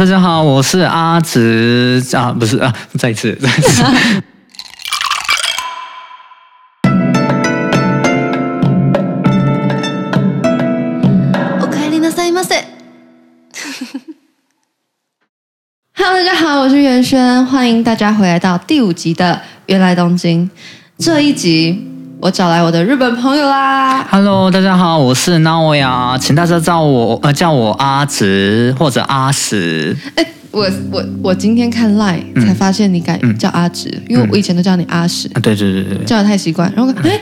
大家好，我是阿直啊，不是啊，再一次， 再一次。お帰りなさいませ。Hello，大家好，我是袁轩，欢迎大家回来到第五集的《原来东京》。这一集我找来我的日本朋友啦， Hello，大家好，我是 Naoya，请大家叫我呃叫我阿直或者阿石。哎，我我我今天看 Line 才发现你改嗯叫阿直，因为我以前都叫你阿石，啊，对对对对，对叫的太习惯，然后我看哎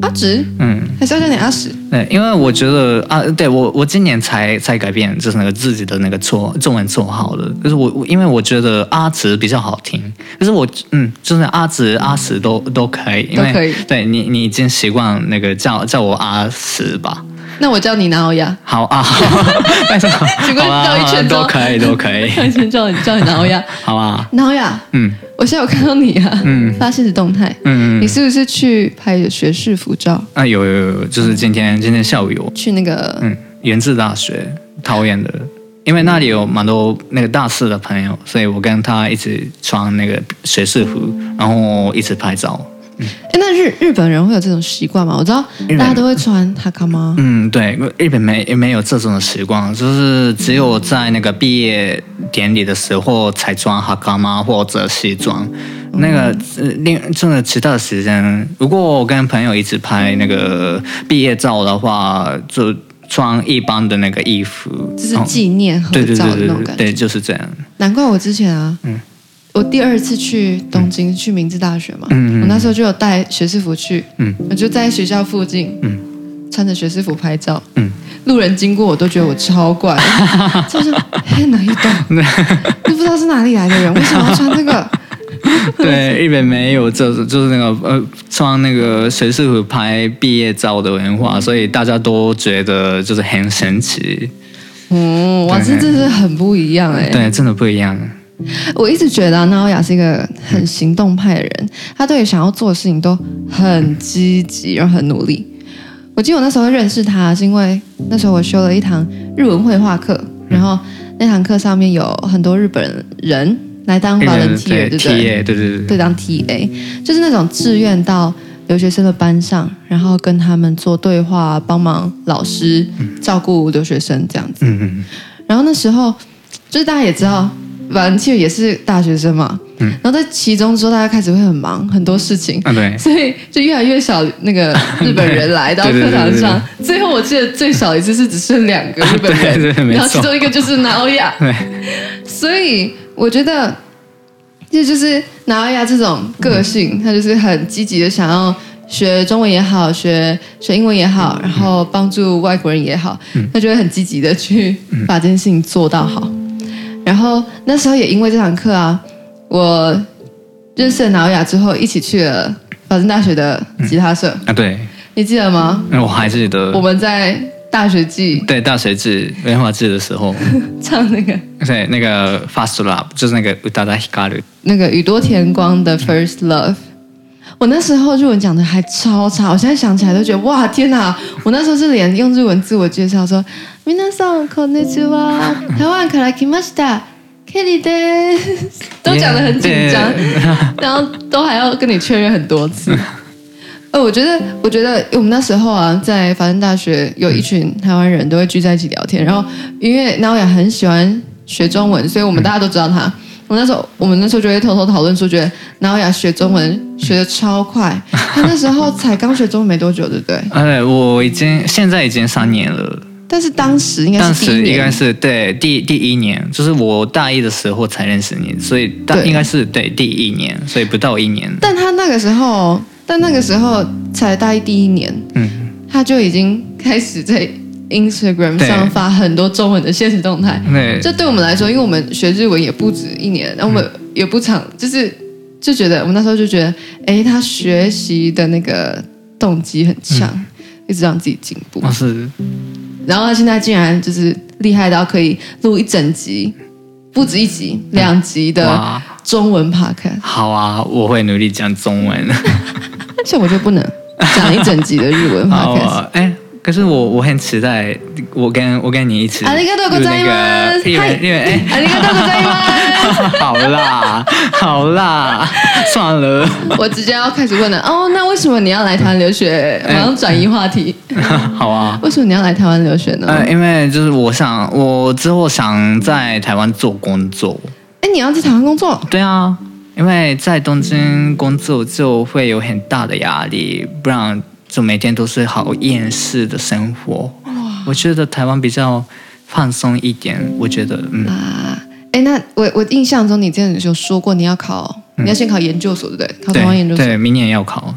阿直，嗯，还是要叫你阿石，对，因为我觉得啊，对我我今年才才改变就是那个自己的那个绰中文绰号的，就是我我因为我觉得阿直比较好听，就是我嗯，就是阿直阿石都都可以，因为都可以对你你已经习惯那个叫叫我阿石吧。那我叫你南欧呀，好啊，好，但是 好 请问啊绕一圈之后都可以，都可 以，先叫你叫你南欧呀，好吧，南欧呀，嗯我现在有看到你啊，嗯发现实动态，嗯你嗯，是不是去拍学士服照？啊有有有，就是今天今天下午有，去那个嗯，源自大学桃园的，因为那里有蛮多那个大四的朋友，所以我跟他一起穿那个学士服，然后一起拍照。哎，那日日本人会有这种习惯吗？我知道本人大家都会穿哈卡吗？嗯，对，日本没没有这种习惯，就是只有在那个毕业典礼的时候才穿哈卡吗或者西装。那个呃另真的其他的时间，如果我跟朋友一起拍那个毕业照的话，就穿一般的那个衣服，就是哦纪念合对对照对的对那种哦对感觉对，。就是这样。难怪我之前啊，嗯我第二次去东京去明治大学嘛，嗯嗯嗯我那时候就有带学士服去，嗯我就在学校附近，嗯穿着学士服拍照，嗯路人经过我都觉得我超怪， 就像嘿哪一栋，都不知道是哪里来的人，为什么要穿 这个？对，日本没有这种，就是那个呃，穿那个学士服拍毕业照的文化，所以大家都觉得就是很神奇。嗯，哇，这对真是很不一样哎、对，真的不一样。我一直觉得啊娜欧雅是一个很行动派的人，她对于想要做的事情都很积极，然后很努力。我记得我那时候认识她，是因为那时候我修了一堂日文绘画课，然后那堂课上面有很多日本人来当日本人 volunteer，对不，T 对？ A，对对对，对，当 TA，就是那种志愿到留学生的班上，然后跟他们做对话，帮忙老师照顾留学生这样子。嗯嗯然后那时候就是大家也知道，volunteer 也是大学生嘛，嗯然后在其中之后，大家开始会很忙，很多事情嗯，。啊对，所以就越来越少那个日本人来到对对 课对堂对对上，最后我记得最少一次是只剩两个日本人，对对没然后其错中一个就是南欧 亚，对，所以我觉得这就是南欧亚这种个性，他就是很积极的想要学中文也好，学学英文也好，然后帮助外国人也好，嗯他就会很积极的去把这件事情做到好。然后那时候也因为这堂课啊，我认识了南欧亚之后，一起去了法政大学的吉他社，啊对，你记得吗？那我还记得我，们在大学季对大学制文化制的时候， 唱那个对那个 Fast Lab 就是那个 Utada Hikaru，那个宇多田光的《First Love》，我那时候日文讲的还超差，我现在想起来都觉得哇天哪！我那时候是连用日文自我介绍说“皆さんこんにちは，台湾から来ました，Kelly です”，都讲的很紧张 Yeah，然后都还要跟你确认很多次。呃，我觉得，我觉得我们那时候啊，在法政大学有一群台湾人都会聚在一起聊嗯天，然后因为娜雅很喜欢学中文，所以我们大家都知道嗯她。我那时候，我们那时候就会偷偷讨论说，觉得娜雅学中文嗯学的超快， 她那时候才刚学中文没多久，对不对？啊对，我已经现在已经三年了。但是当时应该当是第一时应该年，是对第第一年，就是我大一的时候才认识你，所以大对应该是对第一年，所以不到一年。但她那个时候，但那个时候才大一第一年，嗯，她就已经开始在 Instagram 对上发很多中文的现实动态。对，这对我们来说，因为我们学日文也不止一年，然后我们嗯也不长，就是就觉得我们那时候就觉得，哎，他学习的那个动机很强，嗯一直让自己进步。我是然后他现在竟然就是厉害到可以录一整集，不止一集，两集的哇，中文 podcast，好啊，我会努力讲中文。像我就不能讲一整集的日文好 podcast。啊，哎，可是我我很期待，我跟我跟你一起ありがとうご录ざい那ます个日はい文日文哎。ありがとうございます。 好啦，好啦， 算了。我直接要开始问了。哦，那为什么你要来台湾留学？哎马上转移话题。好啊。为什么你要来台湾留学呢？呃，因为就是我想，我之后想在台湾做工作。哎，你要在台湾工作？对啊，因为在东京工作就会有很大的压力，不然就每天都是好厌世的生活。我觉得台湾比较放松一点，我觉得嗯，啊，哎，那我我印象中你之前有说过你要考，你要先考研究所，对不嗯对？考台湾研对究所。对，明年要考。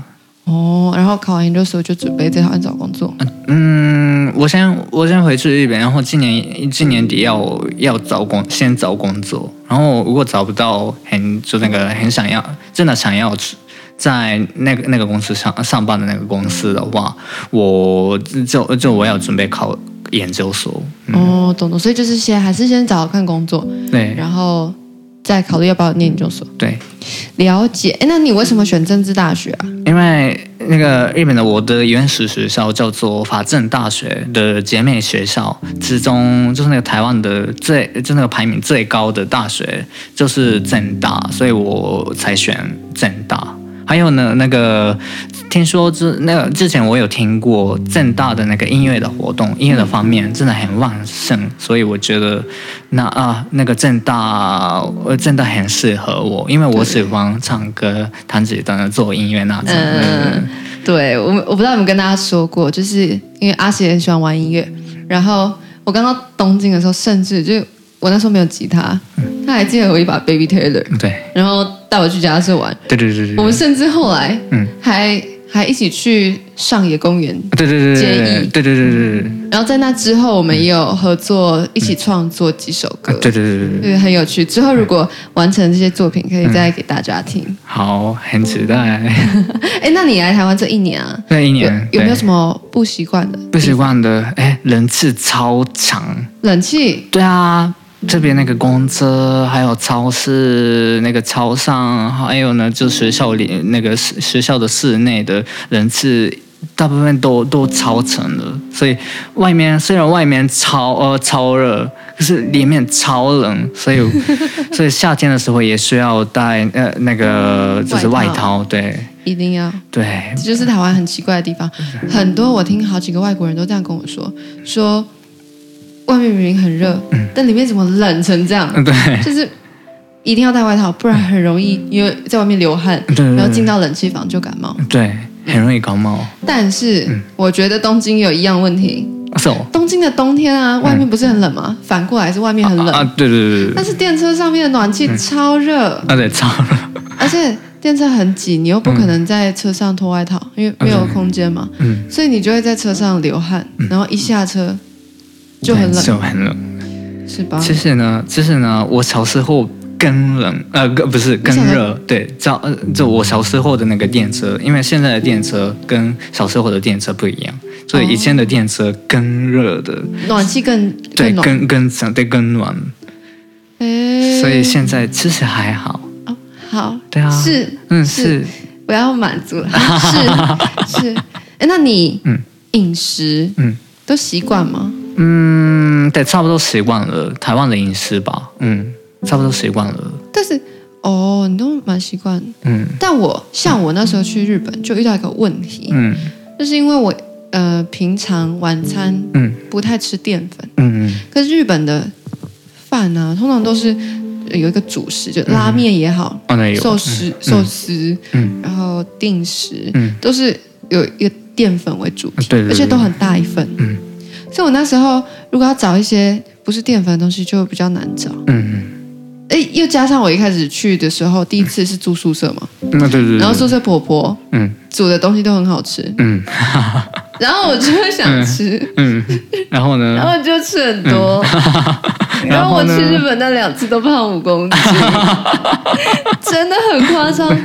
哦，然后考完研究所就准备在台湾找工作。嗯，我先我先回去日本，然后今年今年底要要找工，先找工作，然后如果找不到很就那个很想要，真的想要去在那个那个公司上上班的那个公司的话，我就就我要准备考研究所，哦，懂懂。所以就是先还是先找看工作，对然后再考虑要不要念研究所。对，了解。哎，那你为什么选政治大学啊？因为那个日本的我的原始学校叫做法政大学的姐妹学校之中，就是那个台湾的最就那个排名最高的大学就是政大，所以我才选政大。还有呢，那个听说之那个之前我有听过正大的那个音乐的活动，音乐的方面真的很旺盛，所以我觉得那啊那个正大呃正大很适合我，因为我喜欢唱歌、弹吉他、做音乐那种。嗯嗯，，对我们我不知道有没有跟大家说过，就是因为阿喜很喜欢玩音乐，然后我刚到东京的时候，甚至就我那时候没有吉他，嗯他还借了我一把 Baby Taylor，对然后带我去家室玩。对对对对，我们对甚至后来嗯还还一起去上野公园，对对对建议对对对对对对然后在那之后，我们也有合作一起创作几首歌啊，对对对对对，对，很有趣。之后如果完成这些作品，可以再给大家听。好，很期待哎，那你来台湾这一年啊，嗯那一有年有没有对什么不习惯的？不习惯的？哎，人次超长。冷气对啊，这边那个公车，还有超市、那个超商，还有呢，就学校里那个室学校的室内的人次。大部分都都超沉了，所以外面虽然外面超呃超热，可是里面超冷，所以 所以夏天的时候也需要带呃那个就是外外套套，对一定要，对这就是台湾很奇怪的地方。嗯很多我听好几个外国人都这样跟我说，说外面明明很热，但里面怎么冷成这样？嗯对 就是一定要带外套，不然很容易因为在外面流汗，对对然后进到冷气房就感冒。对，很容易感冒，但是我觉得东京有一样问题，是哦东京的冬天啊，外面不是很冷吗？反过来是外面很冷，嗯啊，对对对嗯对对但是电车上面的暖气超热，啊对超热，而且电车很挤，你又不可能在车上脱外套，因为没有空间嘛，嗯，所以你就会在车上流汗，然后一下车就很 冷，就很冷。啊是吧？其实呢，其实呢，我小时候更冷，呃，更不是更你小时热，对，早呃就我小时候的那个电车，因为现在的电车跟小时候的电车不一样，所以以前的电车更热的，暖气更对，更暖，哦更更长，对，更暖，哎，所以现在其实还好，哦好，对啊，是嗯是是，我要满足 了，是是，哎，那你嗯饮食嗯都习惯吗？嗯，对，差不多习惯了台湾的饮食吧，嗯，差不多习惯了，但是哦，你都蛮习惯，嗯但我像我那时候去日本就遇到一个问题，嗯就是因为我呃平常晚餐嗯不太吃淀粉。嗯嗯可是日本的饭呢、通常都是呃有一个主食，就拉面也好，哦，嗯那有寿司、嗯寿司，嗯然后定时、嗯都是有一个淀粉为主体，对对对而且都很大一份。嗯所以我那时候如果要找一些不是淀粉的东西，就比较难找。嗯，哎，又加上我一开始去的时候，第一次是住宿舍嘛，嗯那对对对，然后宿舍婆婆嗯煮的东西都很好吃，嗯然后我就会想吃，嗯，然后呢？然后就吃很多。 然后我去日本那两次都胖五 公斤，真的很夸张。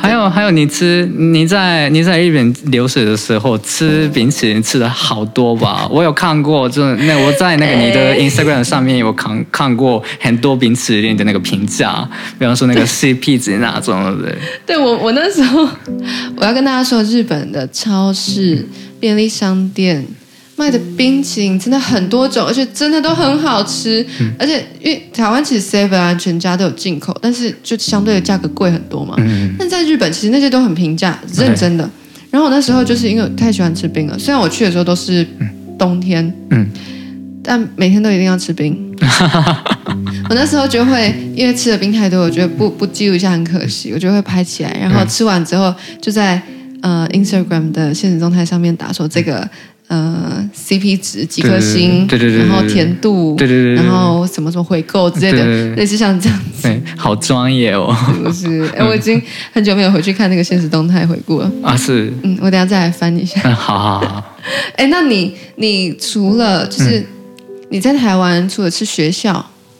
还有还有，你吃你在你在日本流水的时候吃冰淇淋吃了好多吧？我有看过，就是那我在那个你的 Instagram 上面有看看过很多冰淇淋的那个评价，比方说 那个 CP 值那种，对不对？对我，我那时候我要跟大家说，日本的超市、便利商店，卖的冰淇淋真的很多种，而且真的都很好吃。而且因为台湾其实 Seven 啊、全家都有进口，但是就相对的价格贵很多嘛。但在日本其实那些都很平价，认真的。然后我那时候就是因为我太喜欢吃冰了，虽然我去的时候都是冬天，嗯但每天都一定要吃冰。 我那时候就会因为吃的冰太多，我觉得不不记录一下很可惜，我就会拍起来，然嗯后吃完之后就在呃 Instagram 的现实动态上面打说这个呃 CP 值几颗星，对对对对对然后甜度，对对对对对然后什么什么回购之类对对的对，类似像这样子， 对，哎好专业哦。是不是？哎，我已经很久没有回去看那个现实动态回顾了。啊，是，嗯，我等一下再来翻一下。嗯，好好好，哎，那你你除了嗯就是你在台湾除了吃学校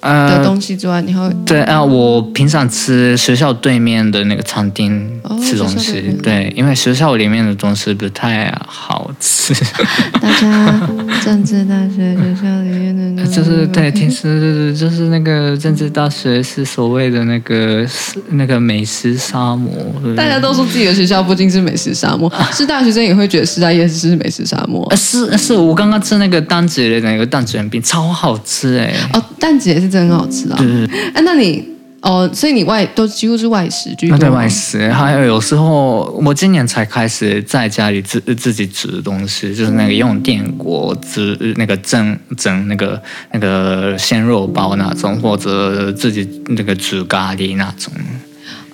的呃，东西之外，你还会对啊、我平常吃学校对面的那个餐厅哦吃东学校对西，面对，因为学校里面的东西不太好吃，大家政治大学学校里面 的哎就是对，听说 就是那个政治大学是所谓的那个那个美食沙漠，对不对大家都说自己的学校不仅是美食 沙漠，是大学生也会觉得师大夜市是美食沙漠呃，。是是，我刚刚吃那个蛋卷的那个蛋卷饼，超好吃哎、哦，蛋姐是真的很好吃啊！哎，那你哦，所以你外都几乎是外食居多那啊吗，对外食，还有有时候我今年才开始在家里自自己煮东西，就是那个用电锅煮那个蒸蒸那个那个鲜肉包那种，或者自己那个煮咖喱那种。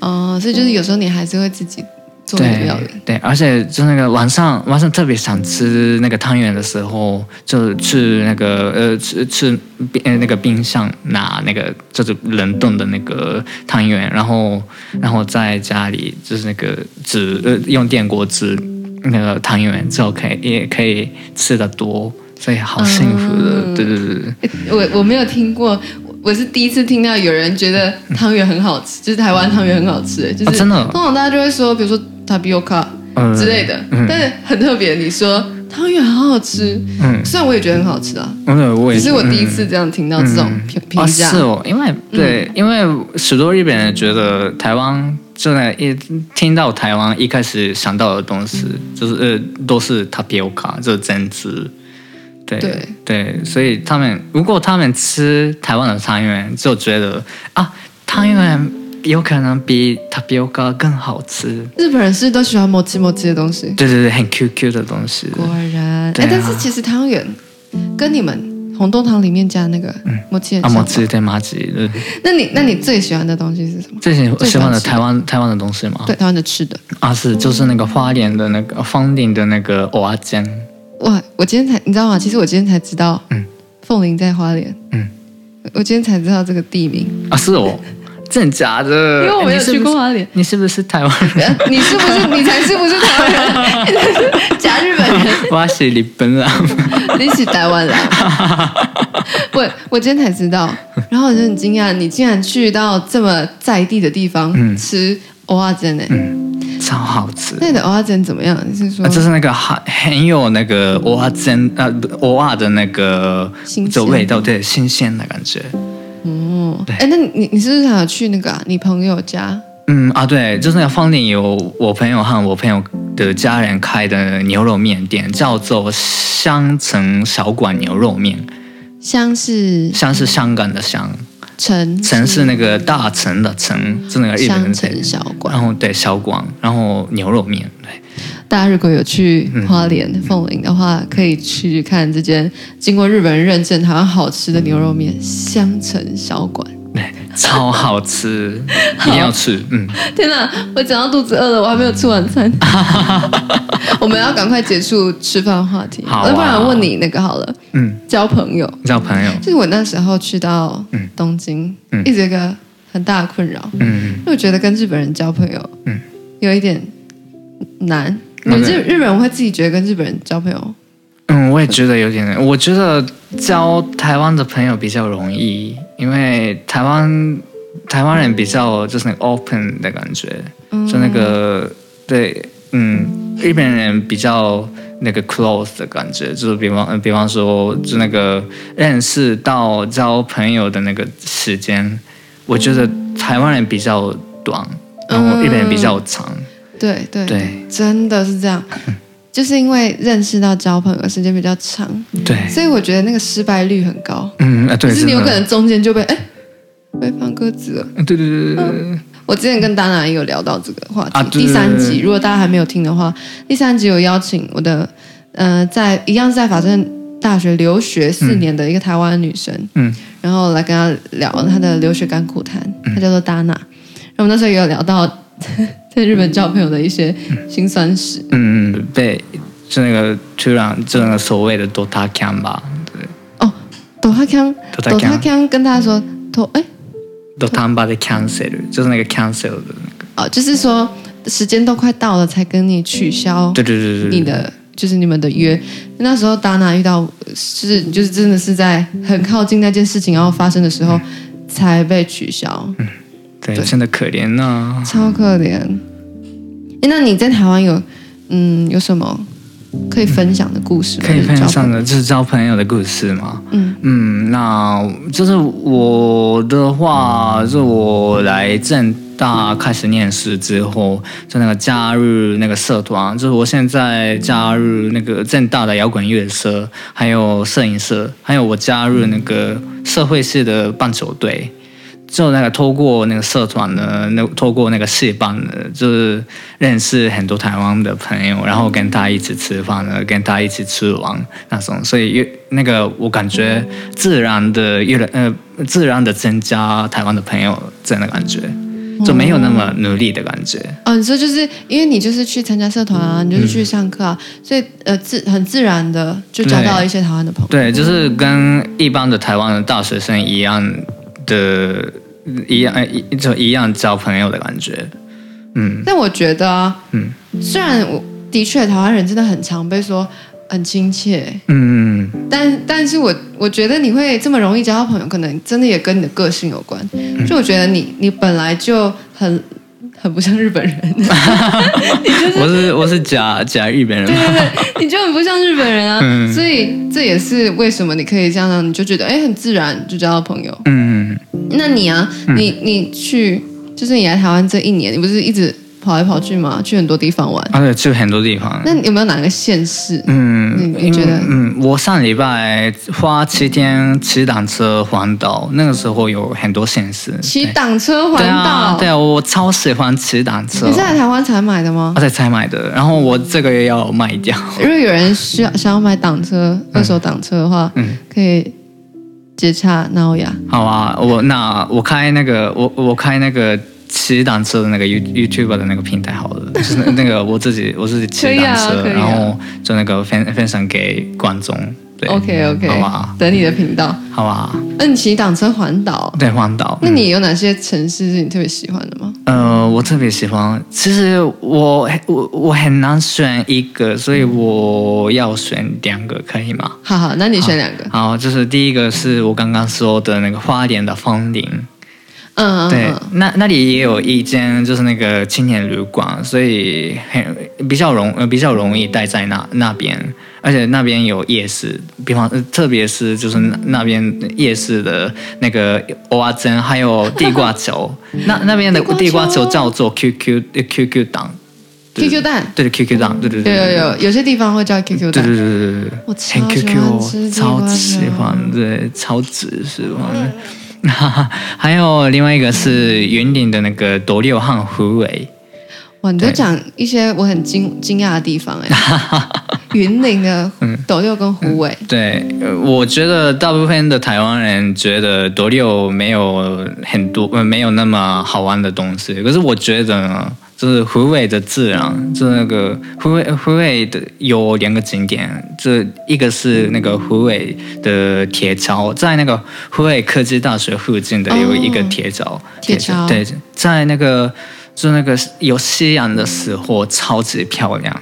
哦，所以就是有时候你还是会自己做那个对料理。对，而且就那个晚上晚上特别想吃那个汤圆的时候，就去那个呃去去冰呃那个冰箱拿那个就是冷冻的那个汤圆，然后然后在家里就是那个只呃用电锅只那个汤圆就可以也可以吃的多，所以好幸福的，嗯对对对对。哎我我没有听过，我我是第一次听到有人觉得汤圆很好吃，就是台湾汤圆很好吃，哎就是、真的哦通常大家就会说，比如说 tapioca 嗯之类的，但是很特别，你说汤圆很好吃，嗯虽然我也觉得很好吃啊，嗯，我也只是我第一嗯次这样听到这种评评价。啊。是哦，因为嗯对，因为许多日本人觉得台湾真的一听到台湾一开始想到的东西就是呃都是 tapioca 就是珍珠。对对对，所以他们如果他们吃台湾的汤圆，就觉得啊汤圆有可能比 tapioca 更好吃。日本人是都喜欢磨叽磨叽的东西，对对对，很 Q Q 的东西。果然。哎、对啊但是其实汤圆跟你们红豆汤里面加那个磨叽啊，很像吧我吃对麻吉，对那你那你最喜欢的东西是什么？最喜喜欢的最喜欢吃的台湾台湾的东西吗？对，台湾的吃的。啊，是就是那个花莲的那个方顶的那个蚵仔煎，哇，我今天才你知道吗？其实我今天才知道，嗯凤林在花莲。嗯，我今天才知道这个地 名，啊，是 哦，真的假的？哎因为我没有你是不去是过。花莲。你是不是台湾 人？呃你是不是你才是不是台湾人？ 你才是假日本人。我是日本人。啊 你是台 湾人。我我今天才知道，然后我就很惊讶，你竟然去到这么在地的地方、嗯吃蚵仔煎呢？嗯，超好吃。那你的蚵仔煎怎么样？你是说、啊，就是那个很很有那个蚵仔煎呃不蚵仔的那个新鲜的味道，对，新鲜的感觉。哦？哎，那你你是不是想要去那个啊、你朋友家？嗯啊，对，就是那个方顶有我朋友和我朋友的家人开的牛肉面店，叫做香城小馆牛肉面，像是香是香港的香，城城是那个大城的城，哦是那个日本香的城小馆然。后对小馆，然后牛肉面，对，大家如果有去花莲凤林的话，可以去看这间经过日本人认证台湾好吃的牛肉面香城小馆。对，超好吃，一定要吃。嗯， 天哪，我讲到肚子饿了，我还没有吃晚 餐。我们要赶快结束吃饭话题，好啊要不然我问你那个好了，嗯，交朋友。你知道朋友，就是我那时候去到东京，嗯一直有一个很大的困扰，嗯，因为我觉得跟日本人交朋友，嗯有一点难。嗯你日日本人会自己觉得跟日本人交朋友，嗯，我也觉得有点，我觉得交台湾的朋友比较容易，因为台湾台湾人比较就是那个 open 的感觉，就那个对，嗯，日本人比较那个 close 的感觉，就是比方呃比方说，就那个认识到交朋友的那个时间，我觉得台湾人比较短，然后日本人比较长，嗯对对对， 真的是这样。就是因为认识到交朋友的时间比较长，对，所以我觉得那个失败率很高。嗯啊，可对，是你有真可的嗯能中间就被哎被放鸽子了。对对对对嗯对，我之前跟达南也有聊到这个话题，啊对第三集如果大家还没有听的话，第三集有邀请我的，呃，在一样是在法政大学留学四年的一个台湾女生，嗯然后来跟她聊她的留学甘苦谈，她叫做达娜，然后我们那时候也有聊到 在日本交朋友的一些辛酸史，嗯嗯，被就那个突然这个所谓的 Dota Cam 吧，抖哈康， Dota 抖 Cam 哈康跟大家说，抖哎 Dota 吧的 cancel 就是那个 cancel 的那个，哦，就是说时间都快到了才跟你取消对对对对对，你的就是你们的约。那时候达娜遇到是就是真的是在很靠近那件事情要发生的时嗯候才被取消，对，对真的可怜啊呐、超可怜。诶那你在台湾有嗯有什么可以分享的故事嗯吗？可以分交享朋友的就是交朋友的故事嘛。嗯嗯，那就是我的话，是我来正大开始念书之后，就那个加入那个社团，就是我现在加入那个正大的摇滚乐社，还有摄影社，还有我加入那个社会系的棒球队。就那个透过那个社团呢，那透过那个戏班呢，就是认识很多台湾的朋友，然后跟他一起吃饭呢，跟他一起吃完那种，所以越那个我感觉自然的越来呃自然的增加台湾的朋友这样的感觉，就没有那么努力的感觉。哦，你说就是因为你就是去参加社团嗯啊，你就是去上课啊，所以呃自很自然的就交到了一些台湾的朋友。对，就是跟一般的台湾的大学生一样的，一样呃一就一样交朋友的感觉。嗯但我觉得、啊，嗯虽然我的确台湾人真的很常被说很亲切，嗯，但但是我我觉得你会这么容易交到朋友，可能真的也跟你的个性有关。嗯就我觉得你你本来就很很不像日本 人，我是我是假假日本人对嘛。对对，你就很不像日本人啊。嗯所以这也是为什么你可以这样，你就觉得哎很自然就交到朋友。嗯，那你啊，你你去就是你来台湾这一年，你不是一直跑来跑去吗？去很多地方玩。而且去啊很多地方。那你有没有哪个县市？你嗯，你因觉为得嗯，我上礼拜花七天骑单车环岛，那个时候有很多现实。骑挡车环对岛啊，，对啊，我超喜欢骑单车你，是来台湾才买的吗而？且才买的。然后我这个也要卖 掉。如果有人需要想要买挡车、二手挡车的话，嗯可以接洽纳欧亚。好啊，我那我开那个我我开那个骑单车的那个 You YouTube 的那个平台好 了，就是那那个我自己我自己骑单车，可以啊可以啊然后就那个分分享给观众。对 OK OK，好啊吧，等你的频道。好吧，那你骑挡车环岛，对环岛。那你有哪些城市是你特别喜欢的吗？呃，我特别喜欢。其实我我我很难选一个，所以我要选两个，可以吗？好好，那你选两个。好，就是第一个是我刚刚说的那个花莲的芳林，嗯，嗯对嗯，那那里也有一间就是那个青年旅馆，所以很比较容呃比较容易待在那那边，而且那边有夜市，比方呃特别是就是那那边夜市的那个蚵仔煎，还有地瓜球， 那那边的地地瓜瓜球球叫做 QQ 呃 QQ 档，对，QQ 蛋对 QQ 档，对对有对，有有，有些地方会叫 QQ 对蛋。对对对对对，我超很喜 QQ，欢吃地瓜超球喜欢，对，超级喜嗯欢。 还有另外一个是云顶的那个斗六和虎尾，哇，你都讲一些我很惊惊讶的地 方哎，云林的斗六跟虎尾，对，呃我觉得大部分的台湾人觉得斗六没有很多，呃没有那么好玩的东西。可是我觉得呢，就是虎尾的自然，就那个虎尾虎尾的有两个景点，这一个是那个虎尾的铁桥，在那个虎尾科技大学附近的有一个哦铁桥，铁桥对，在那个就那个有夕阳的时候超级漂亮，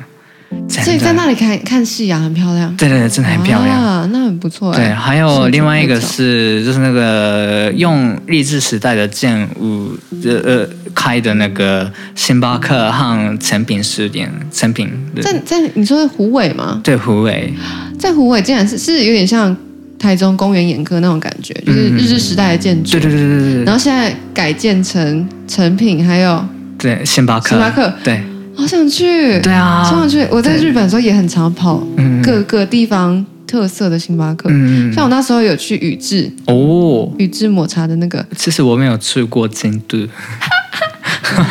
所真以的在那里看看夕阳很漂亮。对对对，嗯真的很漂亮。啊，那很不错哎。对，还有另外一个是，就是那个用日治时代的建物，呃呃开的那个星巴克和成品食店，成品对 在在你说的虎尾吗？对虎尾，在虎尾竟然是是有点像台中公园眼科那种感觉，就是日治时代的建筑，嗯对对对嗯对对然后现在改建成成品，还有对对星巴克，星巴克对好想去，对啊超想去。我在日本的时候也很常跑嗯各个地方特色的星巴克，嗯像我那时候有去宇治，哦，宇治抹茶的那 个，其实我没有去过京都，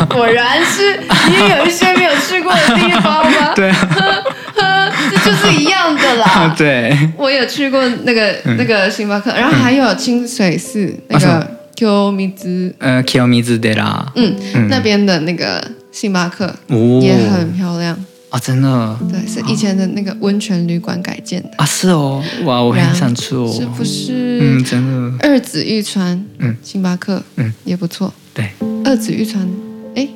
果然是你也有一些没有去过的地方吗？ 对啊，。呵，这就是一样的 啦对，我有去过那个、那个星巴克，然后还有清水寺、那嗯啊什个么 Q 米兹，呃，Kiyomizu d e r 嗯，那边的那个星巴克、哦，嗯也很漂亮，啊，真的对，是以前的那个温泉旅馆改建的，啊，是哦，哇，我然很想去哦，是不是？嗯，真的，二子玉川，嗯星巴克，嗯，也不错。对，二子玉川，哎，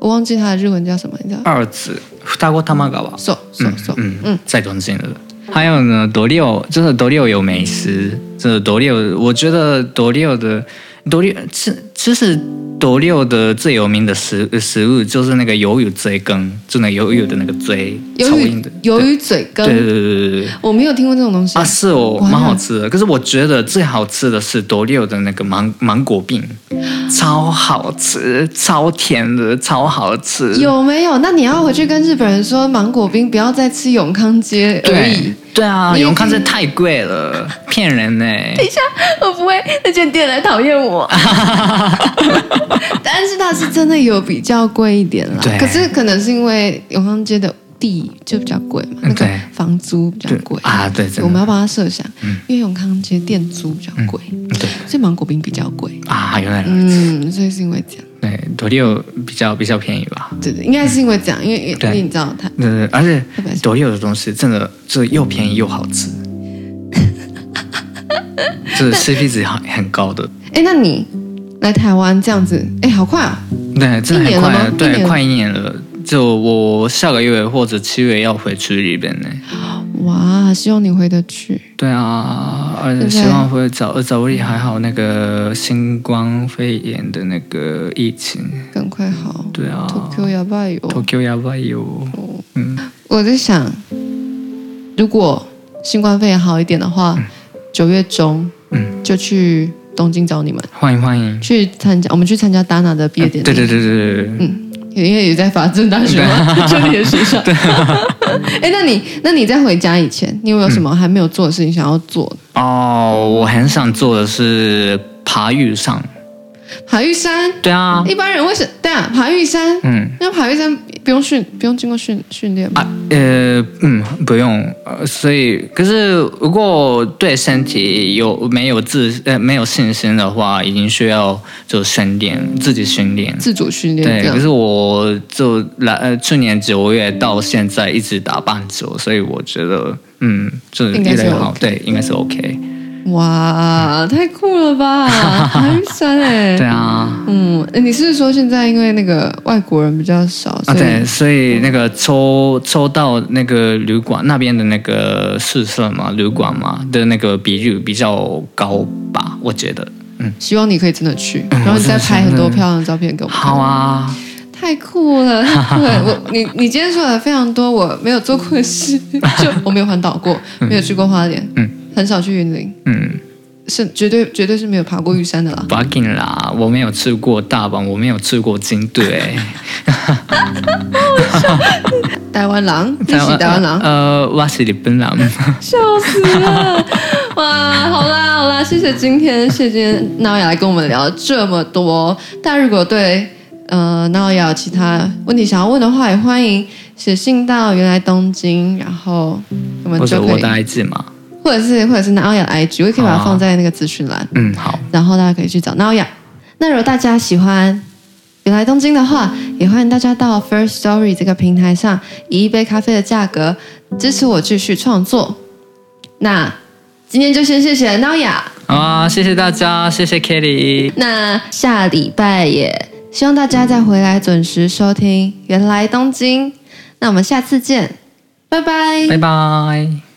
我忘记它的日文叫什么，你知道？二子双子玉川， so so so，啊嗯嗯嗯，在东京的。还有呢，多六就是多六有美食，就是多六，我觉得多六的多六其其实多六的最有名的食食物就是那个鱿鱼追羹，就那鱿鱼的那个追，鱿超鱼硬的，鱿鱼嘴对对羹，对对对对。我没有听过这种东西啊，是哦，哇蛮好吃的。可是我觉得最好吃的是多六的那个芒芒果饼，超好吃，超甜的，超好吃。有没有？那你要回去跟日本人说，芒果冰不要再吃永康街而已对。对啊，你已永康经这太贵了，骗人呢、等一下，我不会那间店来讨厌 我。但是它是真的有比较贵一点啦对，可是可能是因为永康街的地就比较贵嘛，嗯那个对房租比较对贵啊，对，真的嗯我们要帮他设想，因为永康街店租比较贵，对所以芒果冰比较贵。啊，原来、嗯，所以是因为这样，对多六比较比较便宜吧。对对，应该是因为这样，因为因为因对为你知道他，对对，而且特别是多六的东西真的就是又便宜又好 吃，就是 CP 值很很高的。哎，那你来台湾这样子，哎，好快啊！对，真的一年很快了啊吗一对，年快一年了。就我下个月或者七月要回去日本呢。哇，希望你回得去。对啊，而且对希望会早呃早日还好那个新冠肺炎的那个疫情。赶快好对啊，Tokyo 哦やばいよ。 ，Tokyo やばいよ。嗯，我在想，如果新冠肺炎好一点的话，九月中嗯就去东京找你们，欢迎欢迎。啊去参加我们去参加 Dana 的毕业典礼。对对对对对对。嗯因为也在法政大学嘛，就你的学 校。 哎，那你那你在回家以前，你有没有什嗯么还没有做的事情想要做的？哦，我很想做的是爬玉山。爬玉山，对啊，一般人会是对啊，爬玉山，嗯那爬玉山不用训，不用经过训训练吧？啊呃嗯，不用。呃所以，可是如果对身体有没有自呃没有信心的话，已经需要就训练自己训练。自主训练对这，可样。是我就来呃去年九月到现在一直打半球，所以我觉得嗯，就是应该越来是越好， OK 嗯对，应该是 OK。哇，太酷了 吧！爬玉山哎、对啊。嗯，诶你是不是说现在因为那个外国人比较少，啊，所以、对，所以那个抽抽到那个旅馆那边的那个宿舍嘛，旅馆嘛的那个比率比较高吧，我觉得。嗯，希望你可以真的去，然后你再拍很多漂亮的照片给我们看。好啊，太酷 了，太酷了！我你你今天说了非常多我没有做过 的事，就我没有环岛过，没有去过花莲，嗯，很少去云林，嗯，是绝对绝对是没有爬过玉山的啦。不要紧啦，我没有去过大阪，我没有去过京都、欸，台湾狼， 你是台湾狼，呃，我是日本人，笑死了！哇，好啦好啦，谢谢今天谢谢今天娜雅来跟我们聊这么多。大家如果对呃娜雅有其他问题想要问的话，也欢迎写信到原来东京，然后我们或者就可我以的。孩子嘛。或者是或者是 Naoya 的 IG，我也可以把它好啊放在那个资讯栏，嗯，好，然后大家可以去找 Naoya。那如果大家喜欢原来东京的话，也欢迎大家到 First Story 这个平台上，以一杯咖啡的价格支持我继续创作。那今天就先谢谢 Naoya，好啊，谢谢大家，谢谢 Kelly，那下礼拜也希望大家再回来准时收听原来东京。那我们下次见，拜拜拜拜。